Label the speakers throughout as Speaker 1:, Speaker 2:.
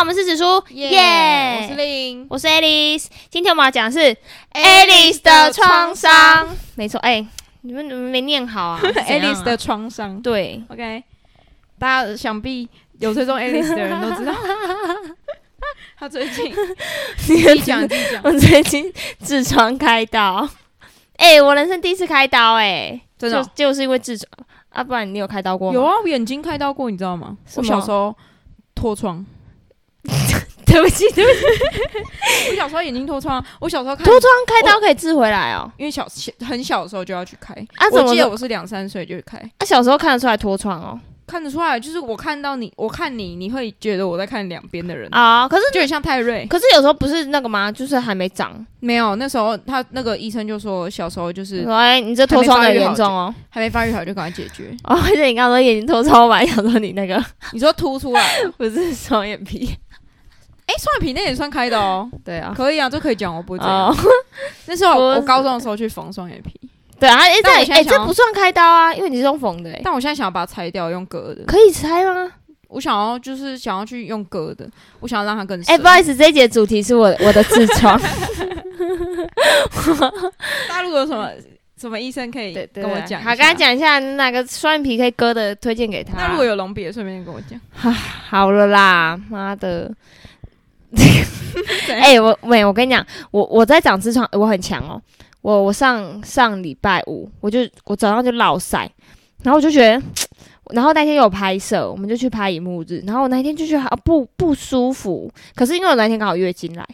Speaker 1: 我们是紫苏，耶、
Speaker 2: 我是令。
Speaker 1: 我是 Alice，今天我们要讲的是
Speaker 2: Alice 的创伤，
Speaker 1: 没错，哎、你们怎么没念好 啊
Speaker 2: Alice
Speaker 1: 怎样
Speaker 2: 的
Speaker 1: 啊
Speaker 2: 创伤。
Speaker 1: 对，
Speaker 2: OK，大家想必 有追踪 Alice 的人都知道，他最 近 一 讲一讲，
Speaker 1: 我最近痔疮开刀，哎、我人生第一次开刀、哎，
Speaker 2: 真的哦
Speaker 1: 就就是因为痔疮啊，不然你有开刀过吗？
Speaker 2: 有啊，我 眼睛开刀过，你知道吗？
Speaker 1: 什
Speaker 2: 我
Speaker 1: 么
Speaker 2: 小时候脱窗，
Speaker 1: 对不起，对不起，
Speaker 2: 我小时候眼睛脱窗，啊我小时候看
Speaker 1: 脱窗开刀可以治回来哦、
Speaker 2: 因为小很小的时候就要去开，
Speaker 1: 啊怎
Speaker 2: 我
Speaker 1: 么
Speaker 2: 记得
Speaker 1: 了
Speaker 2: 我是两三岁就开，
Speaker 1: 啊，小时候看得出来脱窗哦、
Speaker 2: 看得出来，就是我看到你，我看你，你会觉得我在看两边的人，
Speaker 1: 啊，可是
Speaker 2: 就很像泰瑞。
Speaker 1: 可是有时候不是那个吗？就是还没长，
Speaker 2: 没有，那时候他那个医生就说，小时候就是
Speaker 1: 说哎、你这脱窗的严重哦、
Speaker 2: 还没发育好就赶快解决。
Speaker 1: 哦，而且你刚刚说眼睛脱窗，我还想说你那个
Speaker 2: 你说凸出 来了，
Speaker 1: 不是双眼皮，
Speaker 2: 哎、双眼皮那也算开的哦，
Speaker 1: 对啊，
Speaker 2: 可以啊，这可以讲，我不会这样。
Speaker 1: 哦，
Speaker 2: 那时候我
Speaker 1: 不是
Speaker 2: 我高中的时候去缝双眼皮，
Speaker 1: 对啊，哎、这
Speaker 2: 但我
Speaker 1: 哎、
Speaker 2: 现在想
Speaker 1: 这
Speaker 2: 要
Speaker 1: 不算开刀啊，因为你是用缝的、哎，
Speaker 2: 但我现在想要把它拆掉，用割的。
Speaker 1: 可以拆吗？
Speaker 2: 我想要就是想要去用割的，我想要让它更深。
Speaker 1: 哎、不好意思，这一节主题是我我的痔 疮，
Speaker 2: 大陆有什么什么医生可以跟我讲？
Speaker 1: 啊好，跟他。讲一下哪个双眼皮可以割的，推荐给他。啊
Speaker 2: 那如果有隆鼻的，顺便跟我讲。
Speaker 1: 好了啦，妈的！
Speaker 2: 怎样
Speaker 1: 哎、我喂，我跟你讲，我我在长痔疮，我很强哦。我我上上礼拜五，我就我早上就落晒，然后我就觉得，然后那天有拍摄，我们就去拍荧幕日，然后我那天就觉得啊不不舒服，可是因为我那天刚好月经来，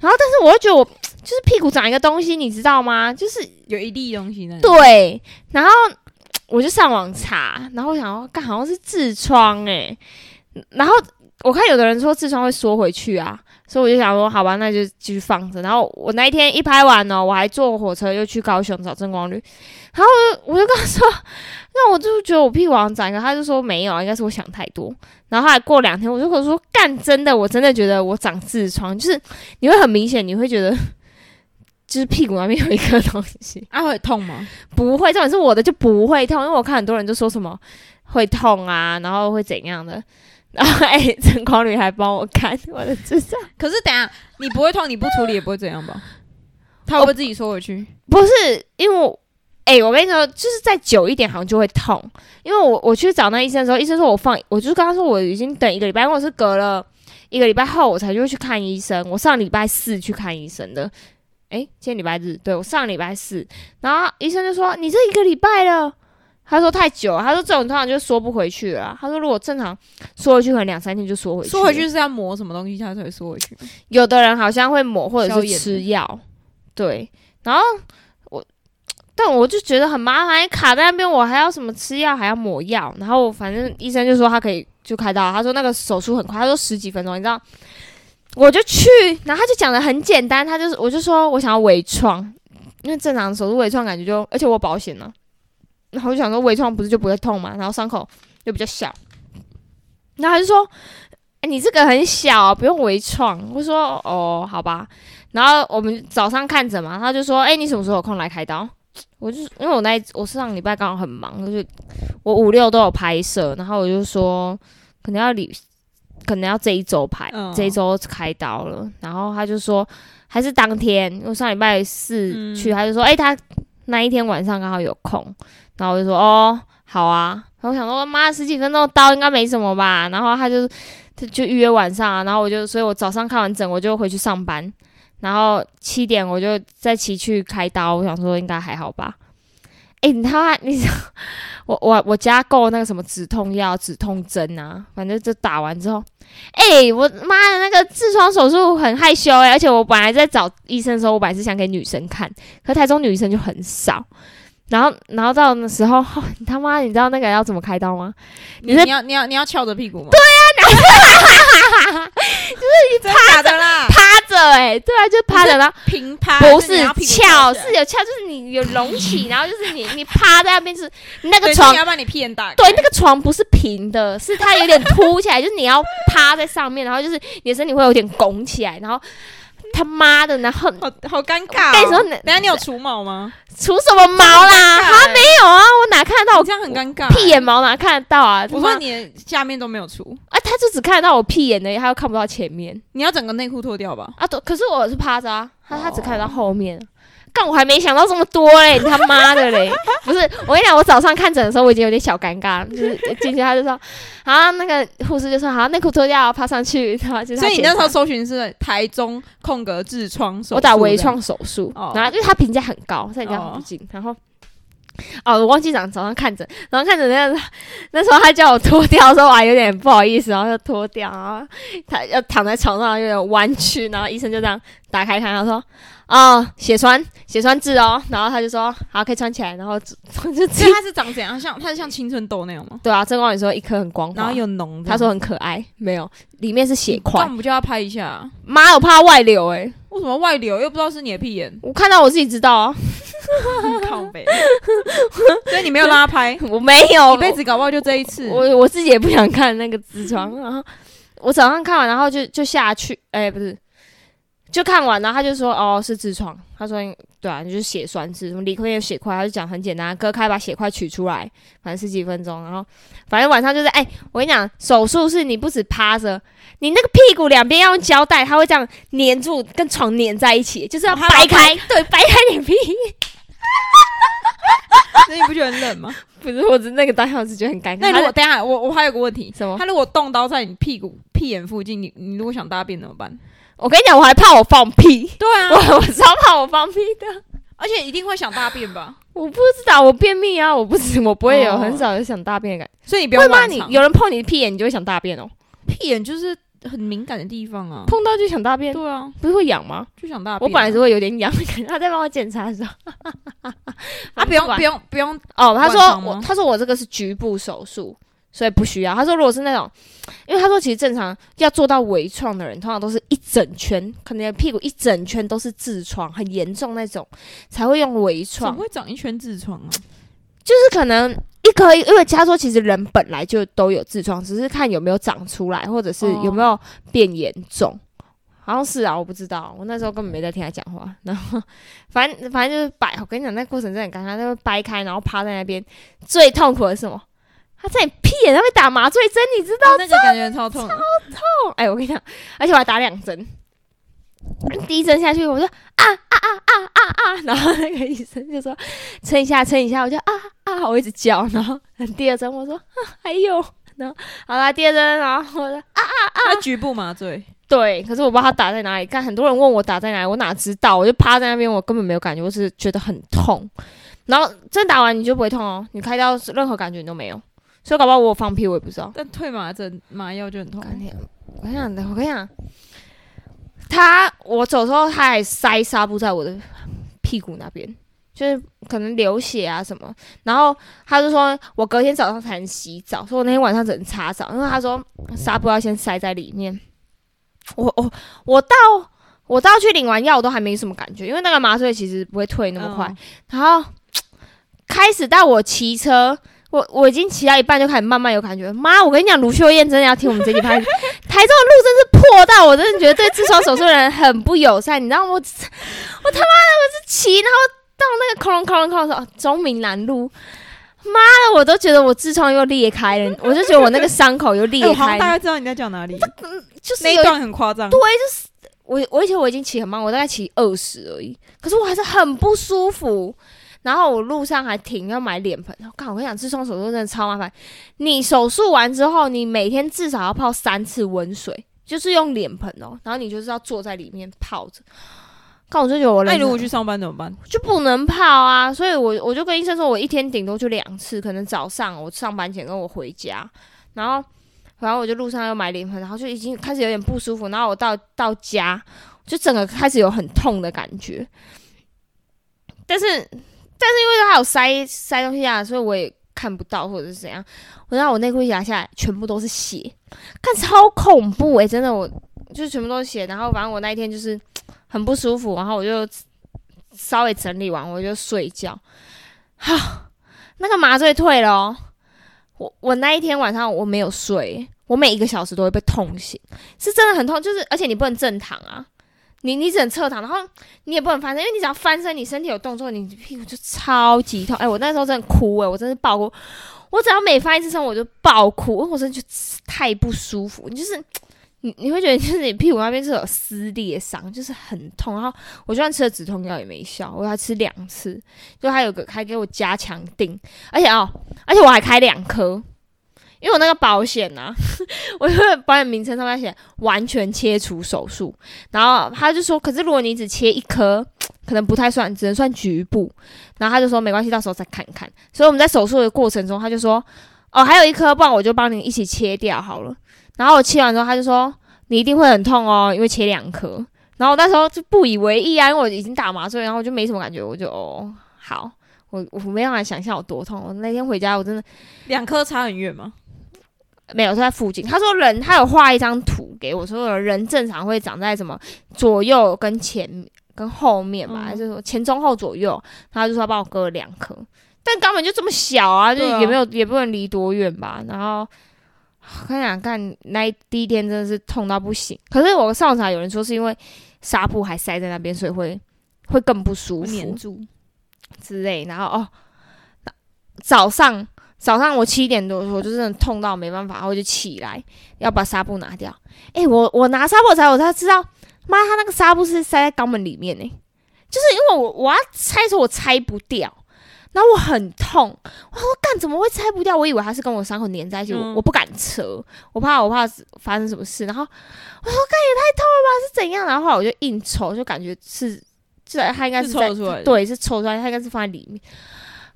Speaker 1: 然后但是我又觉得我就是屁股长一个东西，你知道吗？就是
Speaker 2: 有一粒东西呢。，
Speaker 1: 对，然后我就上网查，然后我想要干好像是痔疮诶、然后我看有的人说痔疮会缩回去啊，所以我就想说好吧，那就继续放着。然后我那一天一拍完呢、我还坐火车又去高雄找郑光绿，然后我就我就跟他说，那我就觉得我屁股好像长一个，他就说没有啊，应该是我想太多。然后后来过两天，我就跟我说干真的，我真的觉得我长痔疮，就是你会很明显，你会觉得就是屁股那边有一颗东西。
Speaker 2: 啊会痛吗？
Speaker 1: 不会，重点是我的就不会痛，因为我看很多人就说什么会痛啊，然后会怎样的。然后哎，陈光宇还帮我看我的智障，
Speaker 2: 可是等一下你不会痛，你不处理也不会怎样吧？他会不会自己缩回去？
Speaker 1: 不是因为我哎，我跟你说，就是再久一点好像就会痛，因为我我去找那医生的时候，医生说我放，我就跟他说我已经等一个礼拜，因为我是隔了一个礼拜后我才就去看医生，我上礼拜四去看医生的。哎，今天礼拜日，对我上礼拜四，然后医生就说你这一个礼拜了，他说太久了，他说这种通常就缩不回去了啊。他说如果正常缩回去，可能两三天就缩回去。
Speaker 2: 缩回去，是要磨什么东西，它才会缩回去？
Speaker 1: 有的人好像会抹或者
Speaker 2: 消
Speaker 1: 是
Speaker 2: 炎
Speaker 1: 吃药，对。然后我，但我就觉得很麻烦，卡在那边，我还要什么吃药，还要抹药。然后反正医生就说他可以就开刀，他说那个手术很快，他说十几分钟，你知道。我就去，然后他就讲的很简单，他就是我就说我想要微创，因为正常手术微创感觉就，而且我有保险呢、然后我就想说微创不是就不会痛嘛，然后伤口又比较小，然后他就说、哎你这个很小啊、不用微创，我说哦好吧，然后我们早上看诊嘛，他就说哎、你什么时候有空来开刀？我就因为我那一我上礼拜刚好很忙，我就我五六都有拍摄，然后我就说可能要礼可能要这一周拍，
Speaker 2: 嗯
Speaker 1: 哎这一周开刀了，然后他就说还是当天，因为上礼拜四
Speaker 2: 嗯
Speaker 1: 去，他就说哎、他那一天晚上刚好有空，然后我就说哦好啊，然后我想说妈十几分钟的刀应该没什么吧，然后他就他就预约晚上啊，然后我就所以我早上看完诊我就回去上班，然后七点我就再骑去开刀，我想说应该还好吧。哎、你他 妈，你知道我我我加购那个什么止痛药、止痛针啊，反正就打完之后，哎、我妈的那个痔疮手术很害羞哎、而且我本来在找医生的时候，我本来是想给女生看，可台中女生就很少。然后，然后到那时候， 哦你他妈，你知道那个要怎么开刀吗？
Speaker 2: 你
Speaker 1: 你在
Speaker 2: 你要你要你要翘着屁股吗？对 啊，就是你趴着啦，
Speaker 1: 趴着哎、对啊，就趴着，然后
Speaker 2: 平趴
Speaker 1: 不
Speaker 2: 啊你
Speaker 1: 是
Speaker 2: 要屁股
Speaker 1: 翘，
Speaker 2: 翘起来
Speaker 1: 是有翘，就是你有隆起，然后就是你你趴在那边，就是你那个
Speaker 2: 对
Speaker 1: 床
Speaker 2: 你要把你屁眼打开。
Speaker 1: 对，那个床不是平的，是它有点凸起来，就是你要趴在上面，然后就是你的身体会有点拱起来，然后他妈的，然后
Speaker 2: 好好尴尬、哦。
Speaker 1: 跟你说那
Speaker 2: 等一下你有除毛吗？
Speaker 1: 除什么毛啦？他没有啊，我哪看得
Speaker 2: 你
Speaker 1: 到？
Speaker 2: 欸这样很尴尬、欸
Speaker 1: 屁眼毛哪看得到啊？
Speaker 2: 我
Speaker 1: 他
Speaker 2: 说
Speaker 1: 妈
Speaker 2: 你的下面都没有除，
Speaker 1: 啊，他他就只看得到我屁眼而已，他又看不到前面
Speaker 2: 你要整个内裤脱掉吧？
Speaker 1: 啊。都可是我是趴着啊，他他只看得到后面。干，我还没想到这么多嘞！你他妈的嘞！ 不是，我跟你讲，我早上看诊的时候我已经有点小尴尬，就是进去他就说，好，那个护士就说，好，内裤脱掉，趴上去，然后就是他
Speaker 2: 所以你
Speaker 1: 检
Speaker 2: 那时候
Speaker 1: 查
Speaker 2: 搜寻是台中空格痔疮手术，
Speaker 1: 我打微创手术，
Speaker 2: 哦
Speaker 1: 然后因为他评价很高，在你家附近，然后。哦，我忘记早早上看诊，早上看诊那那时候他叫我脱掉的时候，我还有点不好意思，然后就脱掉，然后他要躺在床上，有点弯曲，然后医生就这样打开他，然后说：“哦，血栓，血栓治哦。”然后他就说：“好，可以穿起来。”然 后 就就自
Speaker 2: 所
Speaker 1: 己
Speaker 2: 以它是长怎样？像它是像青春痘那样吗？
Speaker 1: 对啊，正光你说一颗很光滑，
Speaker 2: 然后有脓的，
Speaker 1: 他说很可爱，没有，里面是血
Speaker 2: 那
Speaker 1: 块
Speaker 2: 我，们就要拍一下。啊
Speaker 1: 妈，我怕它外流诶、？
Speaker 2: 为什么外流又不知道是你的屁眼
Speaker 1: 我看到我自己知道啊，
Speaker 2: 靠背，所以你没有让他 拍，
Speaker 1: 我没有，
Speaker 2: 一辈子搞不好就这一次。
Speaker 1: 我我自己也不想看那个痔疮，
Speaker 2: 嗯
Speaker 1: 然后我早上看完，然后就就下去，哎、不是，就看完，然后他就说，哦，是痔疮，他说，对啊，你就是血栓痔，什么理亏有血块，他就讲很简单，割开把血块取出来，反正十几分钟，然后反正晚上就是，哎、我跟你讲，手术是你不止趴着，你那个屁股两边要用胶带，它会这样粘住，跟床粘在一起，就是要
Speaker 2: 哦它
Speaker 1: 掰
Speaker 2: 要
Speaker 1: 开，对，掰开你屁，
Speaker 2: 那 你不觉得很冷吗？
Speaker 1: 不是，我只那个当下我只觉得很尴尬，
Speaker 2: 那如
Speaker 1: 他
Speaker 2: 果
Speaker 1: 就
Speaker 2: 等一下，我我还有个问题，
Speaker 1: 什么？
Speaker 2: 他如果动刀在你屁股屁眼附近，你你如果想大便怎么办？
Speaker 1: 我跟你讲，我还怕我放屁。
Speaker 2: 对 啊，
Speaker 1: 我我超怕我放屁的，
Speaker 2: 而且一定会想大便吧？
Speaker 1: 我不知道我便秘啊，我不知我不会有
Speaker 2: 哦
Speaker 1: 很少有想大便的感
Speaker 2: 所以你不
Speaker 1: 觉。
Speaker 2: 要
Speaker 1: 会吗？
Speaker 2: 乱
Speaker 1: 你
Speaker 2: 尝
Speaker 1: 有人碰你的屁眼，你就会想大便哦，
Speaker 2: 屁眼就是很敏感的地方啊。
Speaker 1: 碰到就想大便，
Speaker 2: 对啊，
Speaker 1: 不是会痒吗？
Speaker 2: 就想大便啊。
Speaker 1: 我本来是会有点痒的感觉，他在帮我检查的 时候，
Speaker 2: 啊，不用不
Speaker 1: 用
Speaker 2: 用不用，
Speaker 1: 哦，他
Speaker 2: 晚上
Speaker 1: 说
Speaker 2: 吗
Speaker 1: 我他说我这个是局部手术。所以不需要。他说，如果是那种，因为他说其实正常要做到微创的人，通常都是一整圈，可能屁股一整圈都是痔疮，很严重那种，才会用微
Speaker 2: 怎么
Speaker 1: 创。
Speaker 2: 会长一圈痔疮啊？
Speaker 1: 就是可能一颗，因为他说其实人本来就都有痔疮，只是看有没有长出来，或者是有没有变严重。好像是啊，我不知道，我那时候根本没在听他讲话。 然后，反正反正就是掰，我跟你讲，那过程真的很尴尬，他就掰开，然后趴在那边。最痛苦的是什么？他在你屁眼那边打麻醉针，你知道？
Speaker 2: 那个感觉超痛的，
Speaker 1: 哎、我跟你讲，而且我还打两针。第一针下去，我就啊啊啊啊啊啊，然后那个医生就说撑一下，撑一下，我就啊啊，我一直叫，然后第二针我说、啊、还有，然后好啦，第二针，然后我说啊
Speaker 2: 它局部麻醉。
Speaker 1: 对，可是我不知道他打在哪里，但很多人问我打在哪里，我哪知道，我就趴在那边，我根本没有感觉，我只是觉得很痛。然后针打完你就不会痛哦，你开刀是任何感觉你都没有，所以搞不好我有放屁我也不知道。
Speaker 2: 但退麻针麻药就很痛
Speaker 1: 我。跟你讲，我跟你讲，我跟你讲，他我走的时候，他还塞纱布在我的屁股那边，就是可能流血啊什么。然后他就说我隔天早上才能洗澡，所以我那天晚上只能擦澡，因为他说纱布要先塞在里面。我我我到我到去领完药，我都还没什么感觉，因为那个麻醉其实不会退那么快。
Speaker 2: 嗯
Speaker 1: 然后开始到我骑车，我我已经骑到一半就开始慢慢有感觉。妈，我跟你讲，卢秀燕真的要听我们这集 拍。台中的路真是破到，我真的觉得对痔疮手术的人很 不友善。你知道我，我他妈的我是骑，然后到那个空隆空隆空隆的时候，哦中明南路。妈的，我都觉得我痔疮又裂开了，我就觉得我那个伤口又
Speaker 2: 哎
Speaker 1: 裂
Speaker 2: 我好像
Speaker 1: 开了，
Speaker 2: 大概知道你在讲哪里，
Speaker 1: 就是
Speaker 2: 那一
Speaker 1: 有一
Speaker 2: 段很夸张。
Speaker 1: 我我而且我已经骑很慢，我大概骑二十而已，可是我还是很不舒服。然后我路上还停要买脸盆，我靠！我跟你讲，痔疮手术真的超麻烦。你手术完之后，你每天至少要泡三次温水，就是用脸盆哦，然后你就是要坐在里面泡着。看我就觉得我人
Speaker 2: 那
Speaker 1: 生
Speaker 2: 你如果去上班怎么办？
Speaker 1: 就不能泡啊，所以我我就跟医生说，我一天顶多就两次，可能早上我上班前跟我回家，然后然后我就路上又买脸盆，然后就已经开始有点不舒服，然后我到到家就整个开始有很痛的感觉，但是但是因为它有塞塞东西啊，所以我也看不到或者是怎样，我让我内裤一拿下来，全部都是血，看超恐怖诶、真的我就是全部都是血，然后反正我那一天就是很不舒服，然后我就稍微整理完，我就睡觉。 好，那个麻醉退了、哦，我我那一天晚上我没有睡，我每一个小时都会被痛醒，是真的很痛，就是而且你不能正躺啊，你你只能侧躺，然后你也不能翻身，因为你只要翻身，你身体有动作，你屁股就超级痛。哎、我那时候真的哭哎、我真是爆哭。我只要每翻一次身，我就爆哭，因哦为我真的觉得太不舒服。你就是你你会觉得就是你屁股那边是有撕裂伤，就是很痛。然后我就算吃了止痛药也没效，我要吃两次，就还有个还给我加强定，而且哦，而且我还开两颗。因为我那个保险呐、啊， 我因为保险名称上面写完全切除手术，然后他就说，可是如果你只切一颗，可能不太算，只能算局部。然后他就说没关系，到时候再看看。所以我们在手术的过程中，他就说，哦，还有一颗，不然我就帮你一起切掉好了。然后我切完之后，他就说你一定会很痛哦，因为切两颗。然后我那时候就不以为意啊，因为我已经打麻醉，然后我就没什么感觉，我就哦好，我我没办法想象有多痛。我那天回家，我真的
Speaker 2: 两颗差很远吗？
Speaker 1: 没有，是在附近。他说人，他有画一张图给我，说人正常会长在什么左右跟前跟后面吧，
Speaker 2: 嗯
Speaker 1: 还是说前中后左右？他就说他帮我割了两颗，但根本就这么小啊，就
Speaker 2: 对啊
Speaker 1: 也没有、也不能离多远吧。然后我跟你讲，干那一第一天真的是痛到不行。可是我上网查有人说是因为纱布还塞在那边，所以会会更不舒服。
Speaker 2: 粘住，
Speaker 1: 之类，然后哦，那早上早上我七点多的时候，我就真的痛到没办法，然后我就起来要把纱布拿掉。诶，我我拿纱布才我才知道，妈，他那个纱布是塞在肛门里面呢、就是因为我我要拆的时候我拆不掉，然后我很痛，我说干怎么会拆不掉？我以为他是跟我伤口粘在一起，我
Speaker 2: 嗯
Speaker 1: 我不敢扯，我怕我怕发生什么事。然后我说干也太痛了吧，是怎样？然后后来我就硬抽，就感觉是。这他应该
Speaker 2: 是
Speaker 1: 是
Speaker 2: 抽
Speaker 1: 在
Speaker 2: 得出来的。，
Speaker 1: 对，是抽出来，它应该是放在里面。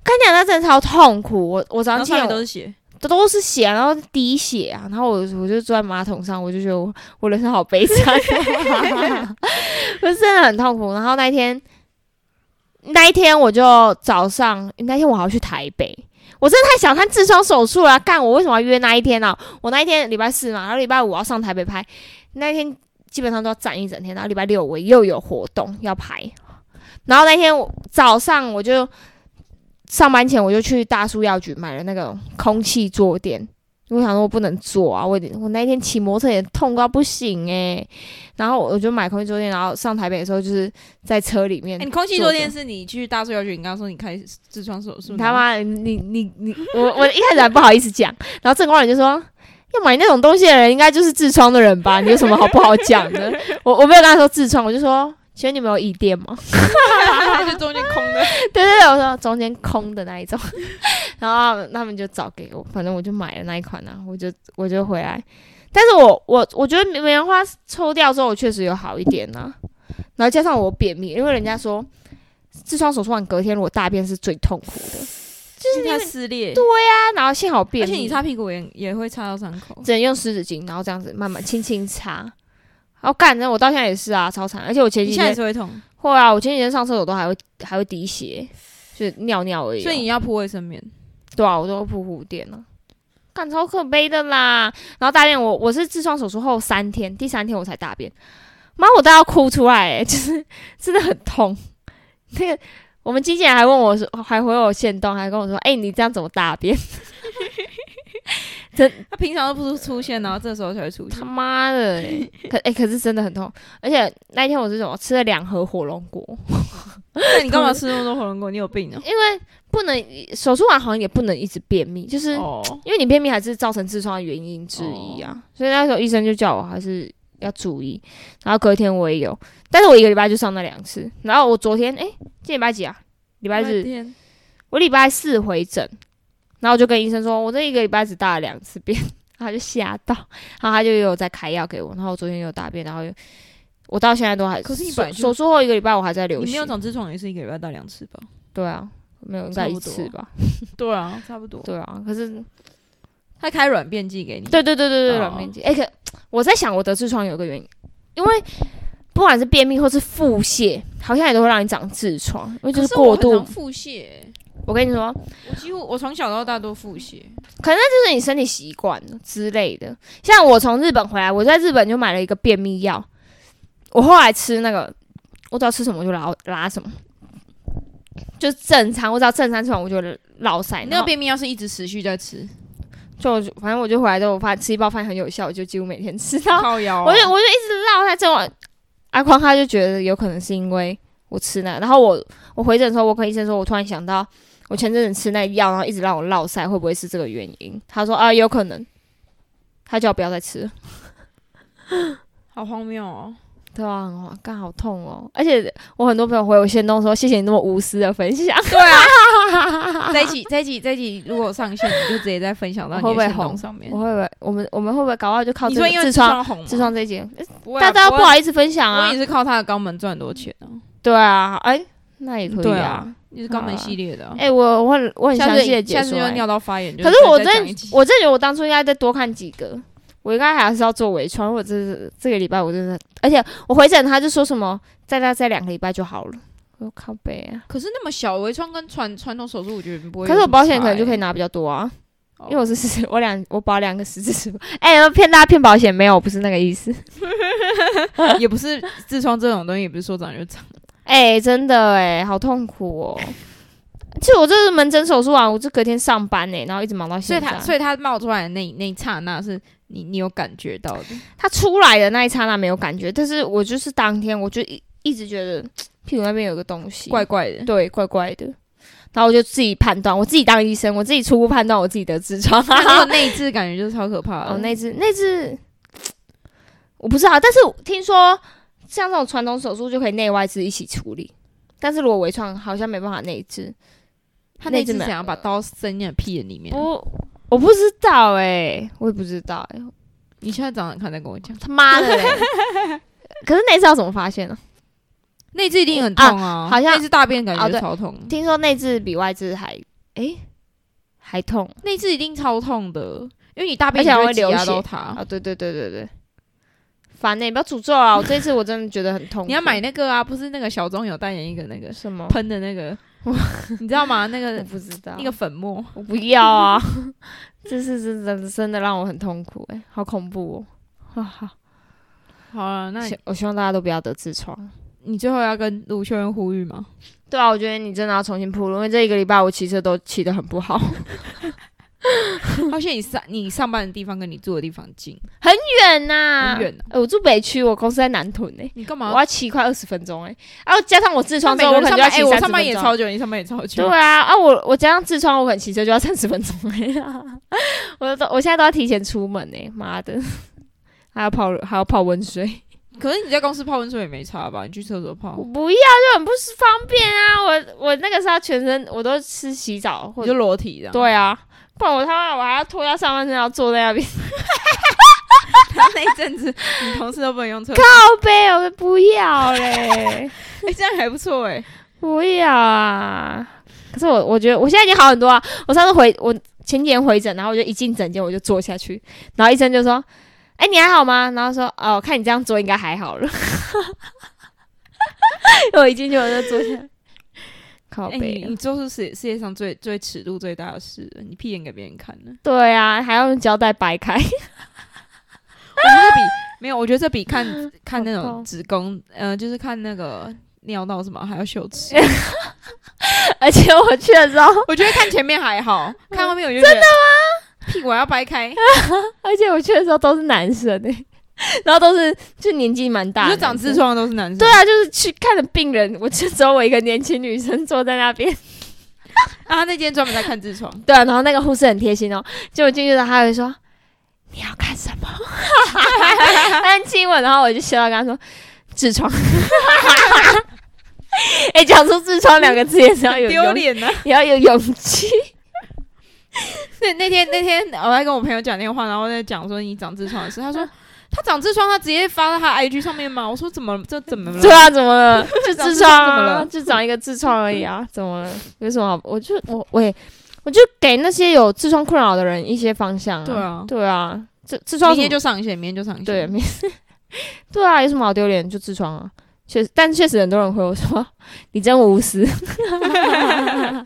Speaker 1: 跟你讲，那真的超痛苦，我我早
Speaker 2: 然
Speaker 1: 上
Speaker 2: 后
Speaker 1: 起
Speaker 2: 上
Speaker 1: 来
Speaker 2: 面都是血，
Speaker 1: 都都是血、啊，然后滴血啊，然后我我就坐在马桶上，我就觉得我我人生好悲惨， 我真的很痛苦。然后那一天，那一天我就早上，那天我还要去台北，我真的太想看痔疮手术了、干我为什么要约那一天呢、我那一天礼拜四嘛，然后礼拜五我要上台北拍，那一天基本上都要站一整天，然后礼拜六我又有活动要拍，然后那天我早上我就上班前我就去大树药局买了那个空气坐垫，我想说我不能坐啊，我我那一天骑摩托车也痛到不行诶、然后我就买空气坐垫，然后上台北的时候就是在车里面
Speaker 2: 哎，你空气
Speaker 1: 坐
Speaker 2: 坐
Speaker 1: 着
Speaker 2: 垫是你去大树药局，你刚刚说你开痔疮手术，
Speaker 1: 你 他妈，你你你，我我一开始还不好意思讲，然后正光人就说。要买那种东西的人，应该就是痔疮的人 吧？你有什么好不好讲的？我我没有跟他说痔疮，我就说，请问你们有椅垫吗？
Speaker 2: 然后就中间空 的，
Speaker 1: 对对对，我说中间空的那一种， 然后他们他们就找给我，反正我就买了那一款啊，我就我就回来，但是我我我觉得梅兰花抽掉之后，我确实有好一点呐、然后加上我便秘，因为人家说痔疮手术完隔天如果大便是最痛苦的，
Speaker 2: 就是它撕裂，对，
Speaker 1: 啊然后幸好便
Speaker 2: 而
Speaker 1: 秘，
Speaker 2: 且你擦屁股也也会擦到伤口，
Speaker 1: 只能用湿纸巾，然后这样子慢慢轻轻擦。然后干，那我到现在也是啊，超惨。而且我前
Speaker 2: 你
Speaker 1: 几
Speaker 2: 现在
Speaker 1: 天
Speaker 2: 也是会痛，
Speaker 1: 会啊，我前几天上厕所都还会还会滴血，就是尿尿而已哦、
Speaker 2: 所以你要铺卫生棉，
Speaker 1: 对啊，我都铺护垫了，干超可悲的啦。然后大便我我是痔疮手术后三天，第三天我才大便，妈我都要哭出来、欸， 就是真的很痛。那个我们经纪人还问我说，还回我线动，还跟我说，哎、你这样怎么大便？
Speaker 2: 它平常都不出现，然后这时候才会出现
Speaker 1: 他，妈的欸、可哎、可是真的很痛，而且那一天我是什么吃了两盒火龙果，
Speaker 2: 那你干嘛吃那么多火龙果？你有病啊？
Speaker 1: 因为不能手术完好像也不能一直便秘，就是、
Speaker 2: 哦，
Speaker 1: 因为你便秘还是造成痔疮的原因之一啊，所以那时候医生就叫我还是要注意。然后隔天我也有，但是我一个礼拜就上那两次。然后我昨天诶，今天礼拜几啊？礼拜日，
Speaker 2: 天，
Speaker 1: 我礼拜四回诊，然后我就跟医生说，我这一个礼拜只大了两次便， 然后他就吓到，然后他就有在开药给我，然后我昨天有大便，然后又我到现在都还，
Speaker 2: 可是你本
Speaker 1: 手
Speaker 2: 来就
Speaker 1: 手术后一个礼拜我还在流
Speaker 2: 你没有
Speaker 1: 血，
Speaker 2: 长痔疮也是一个礼拜到两次吧？
Speaker 1: 对啊，没有应该
Speaker 2: 差不
Speaker 1: 一次
Speaker 2: 多
Speaker 1: 吧，
Speaker 2: 对啊，差不多。
Speaker 1: 对啊，可是
Speaker 2: 他开软便剂给你，
Speaker 1: 对对对对对，
Speaker 2: 哦
Speaker 1: 软便剂。哎、可我在想，我得痔疮有一个原因，因为不管是便秘或是腹泻，好像也都会让你长痔疮，因为就
Speaker 2: 可
Speaker 1: 是过
Speaker 2: 我很常
Speaker 1: 度。
Speaker 2: 腹泻，欸
Speaker 1: 我跟你说，
Speaker 2: 我几乎我从小到大都腹泻，
Speaker 1: 就是你身体习惯了之类的。像我从日本回来，我在日本就买了一个便秘药，我后来吃那个，我只要吃什么我就拉拉什么，就正常，我只要正餐吃完我就落塞。然
Speaker 2: 那个
Speaker 1: 后
Speaker 2: 便秘药是一直持续在吃，
Speaker 1: 就我就反正我就回来之后，我发现吃一包饭很有效，我就几乎每天吃到。
Speaker 2: 靠腰啊
Speaker 1: 我就我就一直绕在这种。阿匡他就觉得有可能是因为我吃那个，然后我我回诊的时候，我跟医生说，我突然想到我前阵子吃那药，然后一直让我落腮，会不会是这个原因？他说啊，有可能，他叫我不要再吃了。
Speaker 2: 好荒谬哦！
Speaker 1: 对啊，很好干好痛哦！而且我很多朋友回我线动说，谢谢你那么无私的分享。
Speaker 2: 对啊，这一集这一集这一集如果上线，你就直接再分享到你
Speaker 1: 会不
Speaker 2: 的
Speaker 1: 会
Speaker 2: 行动
Speaker 1: 红
Speaker 2: 上面
Speaker 1: 我。会不会我们我们会不会搞不好就靠
Speaker 2: 你
Speaker 1: 这
Speaker 2: 说
Speaker 1: 个
Speaker 2: 因为
Speaker 1: 痔疮
Speaker 2: 红吗，
Speaker 1: 痔疮这一节，
Speaker 2: 不会啊
Speaker 1: 大家不
Speaker 2: 会啊
Speaker 1: 好意思分享
Speaker 2: 我
Speaker 1: 啊
Speaker 2: 也。是靠他的肛门赚很多钱啊，
Speaker 1: 对啊，哎，那也可
Speaker 2: 对
Speaker 1: 以
Speaker 2: 啊
Speaker 1: 啊。
Speaker 2: 你是肛门系列的啊。
Speaker 1: 哎，我我很我很
Speaker 2: 下
Speaker 1: 详
Speaker 2: 次
Speaker 1: 细的解
Speaker 2: 下次
Speaker 1: 说
Speaker 2: 就
Speaker 1: 哎。
Speaker 2: 尿到发炎，就
Speaker 1: 可是
Speaker 2: 再
Speaker 1: 我
Speaker 2: 再
Speaker 1: 真
Speaker 2: 讲一集
Speaker 1: 我真觉得我当初应该再多看几个，我应该还是要做微创。因为我这是这个礼拜我真的，而且我回诊他就说什么再大再两个礼拜就好了。我说靠背啊！
Speaker 2: 可是那么小微创跟传传统手术，我觉得不会有
Speaker 1: 可
Speaker 2: 什么差欸。
Speaker 1: 是我保险可能就可以拿比较多啊，
Speaker 2: 哦，
Speaker 1: 因为我是十，我两我保两个十字十。哎、骗大家骗保险没有，不是那个意思。
Speaker 2: 也不是痔疮这种东西，也不是说长就长。
Speaker 1: 哎、真的哎、好痛苦哦。其实我这是门诊手术啊，我就隔天上班呢、然后一直忙到
Speaker 2: 所以
Speaker 1: 现在。
Speaker 2: 它所以它冒出来的那那一刹那，是你你有感觉到的。
Speaker 1: 他出来的那一刹那没有感觉，但是我就是当天我就一一直觉得屁股那边有个东西，
Speaker 2: 怪怪的。
Speaker 1: 对，怪怪的。然后我就自己判断，我自己当医生，我自己初步判断我自己得痔疮。
Speaker 2: 那那个内痔感觉就是超可怕的。
Speaker 1: 哦，那只那只我不知道，但是我听说像这种传统手术就可以内外痔一起处理，但是如果微创好像没办法内痔。
Speaker 2: 他
Speaker 1: 内
Speaker 2: 那
Speaker 1: 痔
Speaker 2: 只
Speaker 1: 没有哦
Speaker 2: 想要把刀伸进屁眼里面。
Speaker 1: 不，我不知道哎、我也不知道哎、
Speaker 2: 你现在长长看再跟我讲，
Speaker 1: 他妈的、嘞可是那只要怎么发现呢、
Speaker 2: 内痔一定很痛啊，
Speaker 1: 啊好像
Speaker 2: 内痔大便感
Speaker 1: 哦
Speaker 2: 觉
Speaker 1: 对
Speaker 2: 超痛，
Speaker 1: 听说内痔比外痔还诶、还痛
Speaker 2: 内痔一定超痛的，因为你大便
Speaker 1: 而且还
Speaker 2: 你就
Speaker 1: 会
Speaker 2: 挤
Speaker 1: 流
Speaker 2: 压
Speaker 1: 血
Speaker 2: 到
Speaker 1: 啊
Speaker 2: 它。
Speaker 1: 对对对对对，烦呢、不要诅咒啊！我这次我真的觉得很 痛苦。
Speaker 2: 你要买那个啊，不是那个小钟有代言一个那个
Speaker 1: 什么？
Speaker 2: 喷的那 个，你知道吗？那
Speaker 1: 我
Speaker 2: 个
Speaker 1: 不知道，
Speaker 2: 那个粉末，
Speaker 1: 我不要啊！ 这是真的真的让我很痛苦哎、好恐怖哦！好，
Speaker 2: 好了，那
Speaker 1: 希我希望大家都不要得痔疮。
Speaker 2: 你最后要跟卢秀恩呼吁吗？
Speaker 1: 对啊，我觉得你真的要重新铺路，因为这一个礼拜我骑车都骑得很不好，很
Speaker 2: 而且你上你上班的地方跟你住的地方近，
Speaker 1: 远呐、
Speaker 2: 很远啊
Speaker 1: 哎我住北区，我公司在南屯哎、
Speaker 2: 你干
Speaker 1: 我
Speaker 2: 嘛？
Speaker 1: 要骑快二十分钟哎、然后加上我痔疮之后，
Speaker 2: 那
Speaker 1: 我
Speaker 2: 每个
Speaker 1: 可
Speaker 2: 人
Speaker 1: 能
Speaker 2: 上
Speaker 1: 就要骑30
Speaker 2: 班，哎，我
Speaker 1: 分
Speaker 2: 上班也
Speaker 1: 钟
Speaker 2: 超久，你上班也超久
Speaker 1: 对，啊，啊我我加上痔疮，我可能骑车就要三十分钟哎、 我都我现在都要提前出门哎、妈的， 还要泡还要泡温水，
Speaker 2: 可是你在公司泡温水也没差吧？你去厕所泡
Speaker 1: 我，不要就很不是方便啊！我我那个是要全身，我都是洗澡或
Speaker 2: 你
Speaker 1: 者
Speaker 2: 就裸体这样。
Speaker 1: 对啊，不然我他妈我还要脱掉上半身，然后坐在那边，
Speaker 2: 然后那一阵子， 你同事都不能用厕
Speaker 1: 靠
Speaker 2: 所，
Speaker 1: 背，我不要欸嘞，
Speaker 2: 哎，这样还不错哎。
Speaker 1: 不要啊！可是我我觉得我现在已经好很多啊！我上次回我前几天回诊，然后我就一进诊间我就坐下去，然后医生就说：“哎、你还好吗？”然后说：“哦，看你这样坐应该还好了。” 我一进去我就坐下，靠
Speaker 2: 哎，
Speaker 1: 背
Speaker 2: 你
Speaker 1: 啊、
Speaker 2: 你做出世世界上最最尺度最大的事了，你屁眼给别人看了。
Speaker 1: 对啊，还要用胶带掰开。
Speaker 2: 我觉得这比没有，我觉得这比 看看那
Speaker 1: 好
Speaker 2: 种
Speaker 1: 痛
Speaker 2: 子宫，呃，就是看那个尿道什么还要羞 耻。
Speaker 1: 而且我去的时候，
Speaker 2: 我觉得看前面还好，看后面我就真的吗？屁股还要掰 开，
Speaker 1: 而且我去的时候都是男生哎、然后都是就年纪蛮大
Speaker 2: 你
Speaker 1: 的
Speaker 2: 说
Speaker 1: 男
Speaker 2: 长
Speaker 1: 生
Speaker 2: 痔疮的都是男生。
Speaker 1: 对啊，就是去看的病人，我就只有我一个年轻女生坐在那边。
Speaker 2: 啊，他那间专门在看痔疮，
Speaker 1: 对啊，然后那个护士很贴心哦，结果进去的时候他会说你要看什么， 他很亲我，然后我就笑到跟他说痔疮。 哎、讲出“痔疮”两个字也是要有
Speaker 2: 丢
Speaker 1: 勇，
Speaker 2: 脸啊呢。
Speaker 1: 也要有勇气。
Speaker 2: 那那天那天我在跟我朋友讲电话，然后在讲说你长痔疮的事，他说他长痔疮，他直接发到他 IG 上面嘛。我说怎么这怎么了？
Speaker 1: 对啊，怎么 了？就
Speaker 2: 嗯长痔
Speaker 1: 痔疮、
Speaker 2: 疮怎么了
Speaker 1: 啊，就长一个痔疮而已啊，怎么了？有什么好？我就我我也我就给那些有痔疮困扰的人一些方向啊。
Speaker 2: 对啊，
Speaker 1: 对啊，痔痔疮什么
Speaker 2: 明天就上线，明天就上线。
Speaker 1: 对，没事。对啊，有什么好丢脸？就痔疮啊，确实，但确实很多人回我说你真无私，
Speaker 2: 哎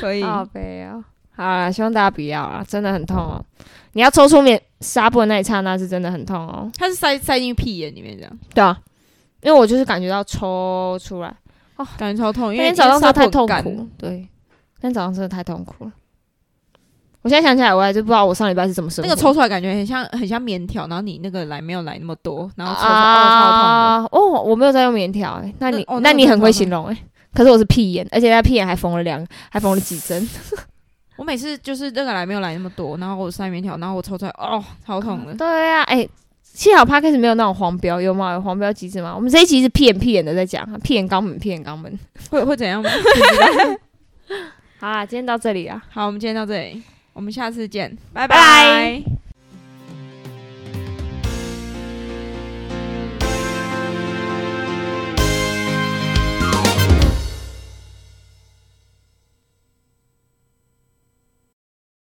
Speaker 2: 可以。
Speaker 1: 好悲啊！好啦，希望大家不要啊，真的很痛哦。你要抽出棉纱布的那一刹那是真的很痛哦。
Speaker 2: 他是塞塞进屁眼里面这样，
Speaker 1: 对啊，因为我就是感觉到抽出来，
Speaker 2: 感觉超痛，
Speaker 1: 那
Speaker 2: 因为
Speaker 1: 天早上真的
Speaker 2: 纱布
Speaker 1: 太
Speaker 2: 很
Speaker 1: 痛
Speaker 2: 干
Speaker 1: 苦，对，那天早上真的太痛苦了。我现在想起来，我还是不知道我上礼拜是怎么生
Speaker 2: 那
Speaker 1: 活。
Speaker 2: 个抽出来感觉很像很像棉条，然后你那个来没有来那么多，然后抽出来、哦超痛的。
Speaker 1: 啊，哦，我没有在用棉条、欸，那你、
Speaker 2: 那哦
Speaker 1: 那
Speaker 2: 那个
Speaker 1: 你
Speaker 2: 更
Speaker 1: 很会
Speaker 2: 痛
Speaker 1: 形容哎、可是我是屁眼，而且那屁眼还缝了两，还缝了几针。
Speaker 2: 我每次就是那个来没有来那么多，然后我塞棉条，然后我抽出来，哦，超痛 的。
Speaker 1: 对啊，哎、幸好 p a 开始没有那种黄标，有吗？有黄标机制吗？我们这一集是屁眼屁眼的在讲，屁眼肛门，屁眼肛门。
Speaker 2: 会会怎样吗？
Speaker 1: 好啦，今天到这里啊。
Speaker 2: 好，我们今天到这里，我们下次见，拜
Speaker 1: 拜拜